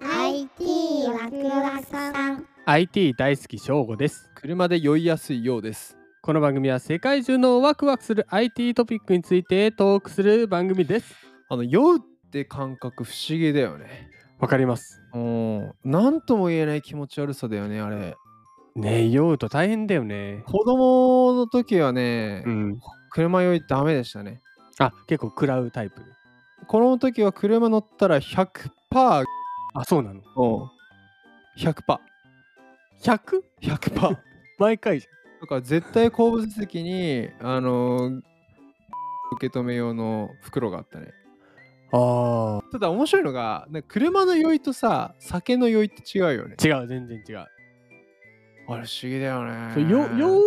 IT ワクワクさん IT 大好き翔吾です車で酔いやすいようですこの番組は世界中のワクワクする IT トピックについてトークする番組ですあの酔うって感覚不思議だよねわかりますうん何とも言えない気持ち悪さだよねあれねえ酔うと大変だよね子供の時はね、うん車酔いダメでしたねあ結構食らうタイプこの時は車乗ったら100%あそうなのの 100%100% 100? 100%毎回じだから絶対後部座席にあのー受け止め用の袋があったねゃんあただ面白いのがなんか車の酔いとさ酒の酔いって違うよね違う全然違うあれ不思議だよねそう酔酔う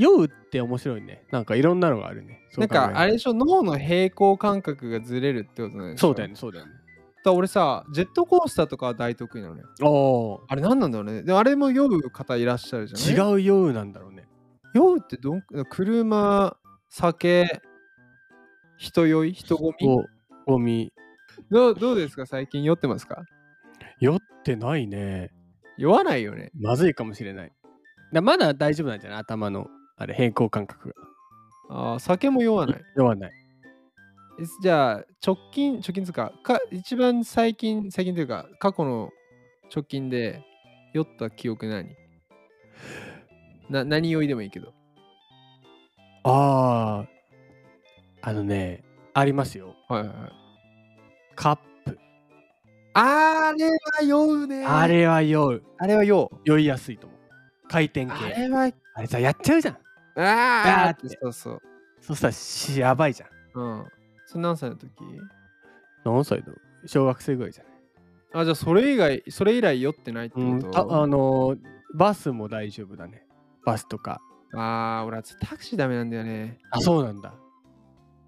酔うって面白いねなんかいろんなのがあるねそうなん考えるかあれでしょ脳の平行感覚がずれるってことなんでしょそうだよねそうだよねだから俺さジェットコースターとかは大得意なのよおあれ何なんだろうねでもあれも酔う方いらっしゃるじゃん違う酔うなんだろうね酔うってどん車酒人酔い人混みおゴミどうどうですか最近酔ってますか酔ってないね酔わないよねまずいかもしれないだまだ大丈夫なんじゃない頭のあれ平行感覚があー酒も酔わない酔わないえじゃあ直近直近つうかか一番最近最近というか過去の直近で酔った記憶何な何酔いでもいいけどあああのねありますよはいはいはいカップあれは酔うねあれは酔うあれは酔う酔いやすいと思う回転系ああれれはさやっちゃうじゃんああガーってそうそうそしたらしやばいじゃんうんそれ何歳の時何歳だろう小学生ぐらいじゃないあじゃあそれ以外それ以来酔ってないってこうんと、たあのーバスも大丈夫だねバスとかあー俺はタクシーダメなんだよねあそうなんだ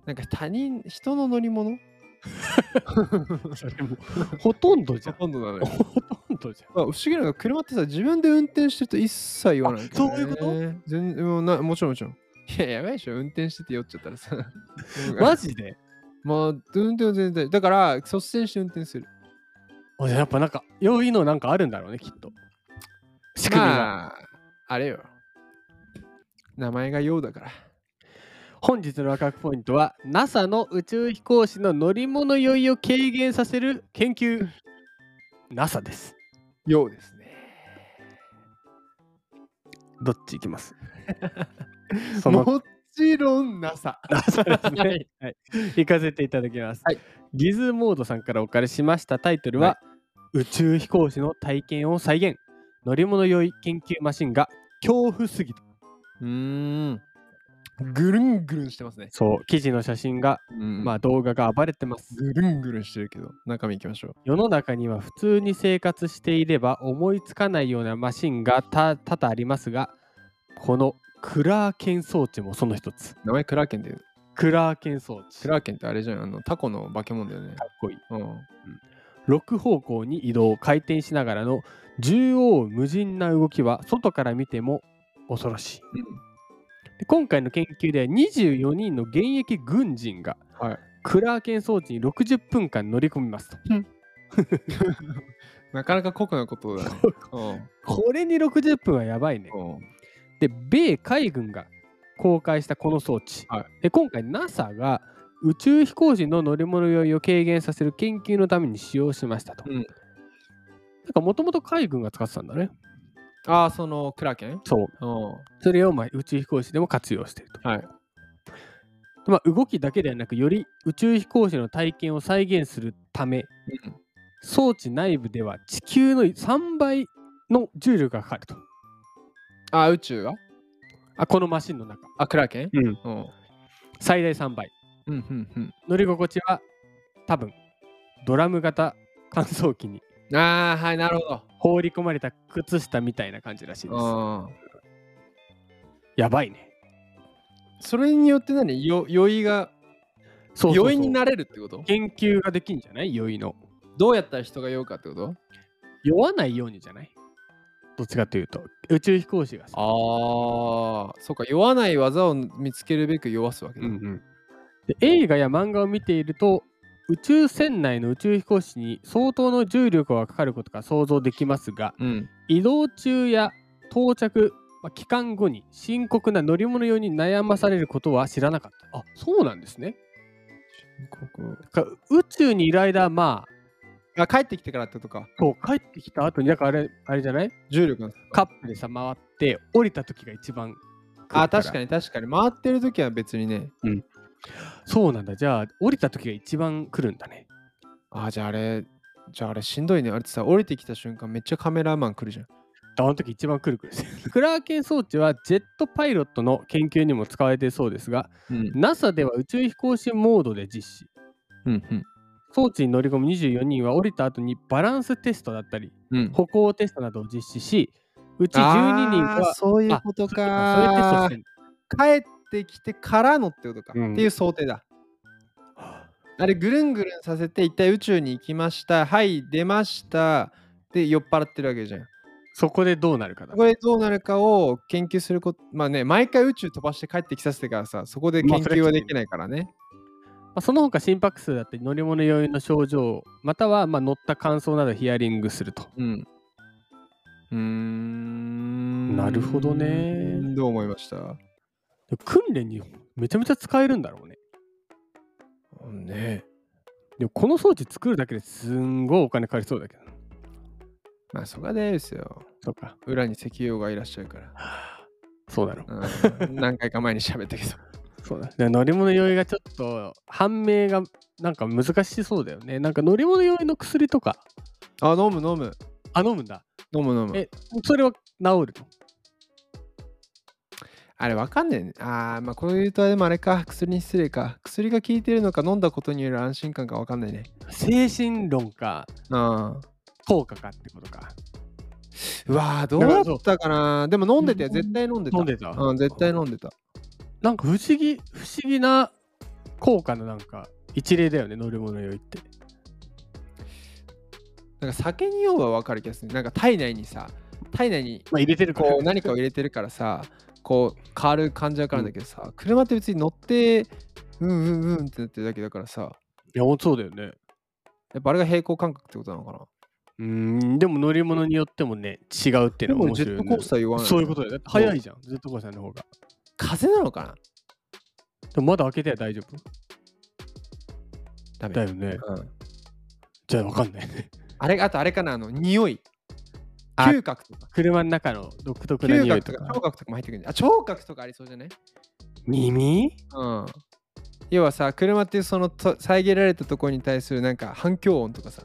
なんか他人人の乗り物 それもほとんどじゃんほとんどだねほとんどじゃんまあ、不思議なのが車ってさ自分で運転してると一切言わないんだよね、あそういうこと全然もうなもちろんもちろんいややばいでしょ運転してて酔っちゃったらさ マジでまあ運転は全然だから率先して運転するあやっぱなんか酔いのなんかあるんだろうねきっと仕組みが、まああれよ名前が用だから本日のワクワクポイントは NASA の宇宙飛行士の乗り物酔いを軽減させる研究 NASA です用ですねどっち行きます そのもちろん NASA そうですね。ははいい、行かせていただきます。はいギズモードさんからお借りしましたタイトルは、は宇宙飛行士の体験を再現乗り物酔い研究マシンが恐怖すぎた。うーんぐるんぐるんしてますね、そう記事の写真が、うんまあ動画が暴れてます。ぐるんぐるんしてるけど中身行きましょう世の中には普通に生活していれば思いつかないようなマシンがた多々ありますが、このクラーケン装置もその一つ。名前クラーケンでクラーケン装置。クラーケンってあれじゃんあのタコの化け物だよねかっこいい。うん6方向に移動回転しながらの縦横無尽な動きは外から見ても恐ろしいで今回の研究では24人の現役軍人がはいクラーケン装置に60分間乗り込みますとなかなか酷なことだね。これに60分はやばいねうんうんで米海軍が公開したこの装置、はいで今回 NASA が宇宙飛行士の乗り物酔いを軽減させる研究のために使用しましたと、うんなんかもともと海軍が使ってたんだねああ、そのクラケンそううん。それをまあ宇宙飛行士でも活用していると。はいまあ、動きだけではなく、より宇宙飛行士の体験を再現するため、装置内部では地球の3倍の重力がかかると。ああ、宇宙があこのマシンの中、あ、クラケンうん、うん。最大3倍。うんうん乗り心地は多分、ドラム型乾燥機にうん。ああ、はい、なるほ放り込まれた靴下みたいな感じらしいです。ど。うん。やばいね。それによって何よ酔いが、そうそうそう酔いになれるってこと研究ができんじゃない酔いの。どうやったら人が酔うかってこと酔わないようにじゃないどっちかというと、宇宙飛行士がさああ、そうか、酔わない技を見つけるべく酔わすわけだ。で映画や漫画を見ていると宇宙船内の宇宙飛行士に相当の重力がかかることが想像できますがうん。移動中や到着、まあ期間後に深刻な乗り物用に悩まされることは知らなかったあそうなんですねここだから宇宙にいる間まああ、帰ってきてからってことか。こう帰ってきた後にだからあれあれじゃない重力なんですカップでさ回って降りた時が一番あ、確かにに確かに。回ってる時は別にね。そうなんだじゃあ降りた時が一番来るんだねあ、じゃああれ、じゃああれしんどいね。あれってさ、降りてきた瞬間めっちゃカメラマン来るじゃん。あの時一番くるくるしてる クラーケン装置はジェットパイロットの研究にも使われているそうですがうん。 NASA では宇宙飛行士モードで実施うん。装置に乗り込む24人は降りた後にバランステストだったりうん。歩行テストなどを実施しうち12人あはあ、そういうあこそういうテとストしかて。る帰ってきてからのってことか。うんっていう想定だ。あれ、ぐるんぐるんさせて、一体宇宙に行きました。はい、出ました。で、酔っ払ってるわけじゃん。そこでどうなるかだこれどうなるかを研究すること、まあね、毎回宇宙飛ばして帰ってきさせてからさ、そこでまあ研究はできないからね。まあその他心拍数だったり乗り物用の症状またはまあ乗った感想などヒアリングするとうん。うーん。なるほどね。どう思いました訓練にめちゃめちゃ使えるんだろうねねでもこの装置作るだけですんごいお金かかりそうだけどなまあ、そこは大丈夫ですよ。そうか裏に石油王がいらっしゃるから。 そうだろう うん何回か前に喋ったけど。そうだで乗り物酔いがちょっと判明がなんか難しそうだよねなんか乗り物酔いの薬とかあ、飲む飲む。あ飲むんだ飲む飲むえ。それは治るとあれわかんねえね。あー、まあこういうとでもあれか、薬に失礼か。薬が効いてるのか、飲んだことによる安心感かわかんないね。精神論かああ。効果かってことかうわー、どうだったかなでも飲んでて、絶対飲んでた。飲んでたうん、絶対飲んでた。なんか不思議不思議な効果のなんか一例だよね乗り物酔いってなんか酒に酔うはわかる気がする。なんか体内にさ、体内にまあ入れてるからこ う何かを入れてるからさ、こう変わる感じわかるんだけどさ、車って別に乗って、うんうんうんってなってるだけだからさ、いや本当そうだよねやっぱあれが平行感覚ってことなのかなうーんでも乗り物によってもね違うっていうでのはも面ジ白いよェットねコースター言わないの。そういうことだよね早いじゃんジェットコースターの方が風邪なのかなでもまだ開けては大丈夫ダメだよねうんじゃあ分かんないねあれ、あとあれかな、あの、匂い。あ嗅覚とか。車の中の独特な嗅匂い覚ととかか、聴覚とかも入ってくるんじゃん。あ、聴覚とかありそうじゃない耳うん。要はさ、車っていうそのと遮られたところに対するなんか反響音とかさ。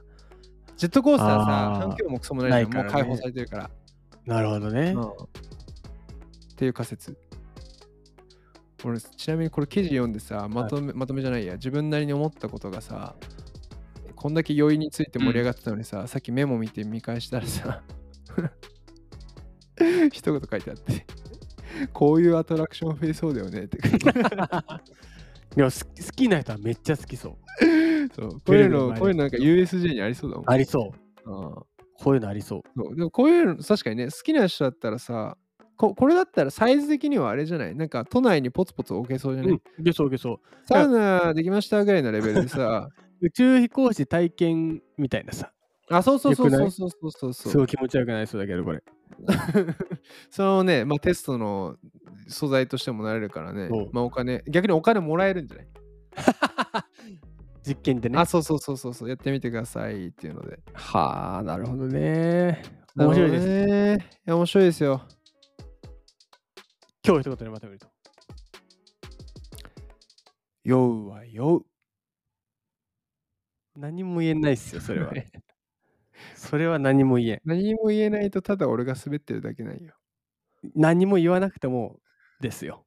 ジェットコースターはあさ、ー反響もクソもないじゃんないからねもう解放されてるから。なるほどね、うんっていう仮説。俺、ちなみにこれ記事読んでさ、まとめ、まとめじゃないや、自分なりに思ったことがさ、こんだけ余韻について盛り上がってたのにさ、さっきメモ見て見返したらさ、 一言書いてあって、こういうアトラクション増えそうだよね って。 でも好き好きな人はめっちゃ好きそうそうこうテレいうビの前の、でこういうのなんか USJ にありそうだもん。ありそううんこういうのありそうそうでもこういうの確かにね好きな人だったらさここれだったらサイズ的にはあれじゃないなんか都内にポツポツ置けそうじゃない、うん、いけそういけそうサウナできましたぐらいのレベルでさ宇宙飛行士体験みたいなさあそうそうそうよくそなういそうそうそうすごい気持ち悪くなりそうだけどこれそのね、まあ、テストの素材としてもなれるからねそうまあお金逆にお金もらえるんじゃない、実験でねあそうそうそうそうそうやってみてくださいっていうのではあなるほどね面白いです、なるほどねいや面白いですよ今日一言でまとめると酔うは酔う何も言えないっすよそれ はそれは何も言えん何も言えないとただ俺が滑ってるだけなんよ何も言わなくてもですよ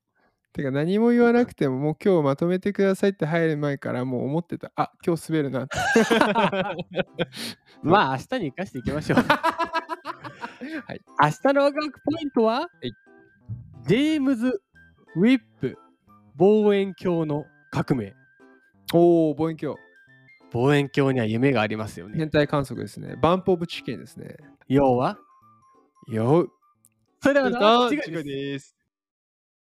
てか何も言わなくてももう今日まとめてくださいって入る前からもう思ってたあ今日滑るなってまあ明日に生かしていきましょ うはい明日のワクワクポイントは、ジェームズ・ウィップ望遠鏡の革命おお望遠鏡望遠鏡には夢がありますよね変態観測ですねバンプオブチキンですね要は酔うそれは違違ううですです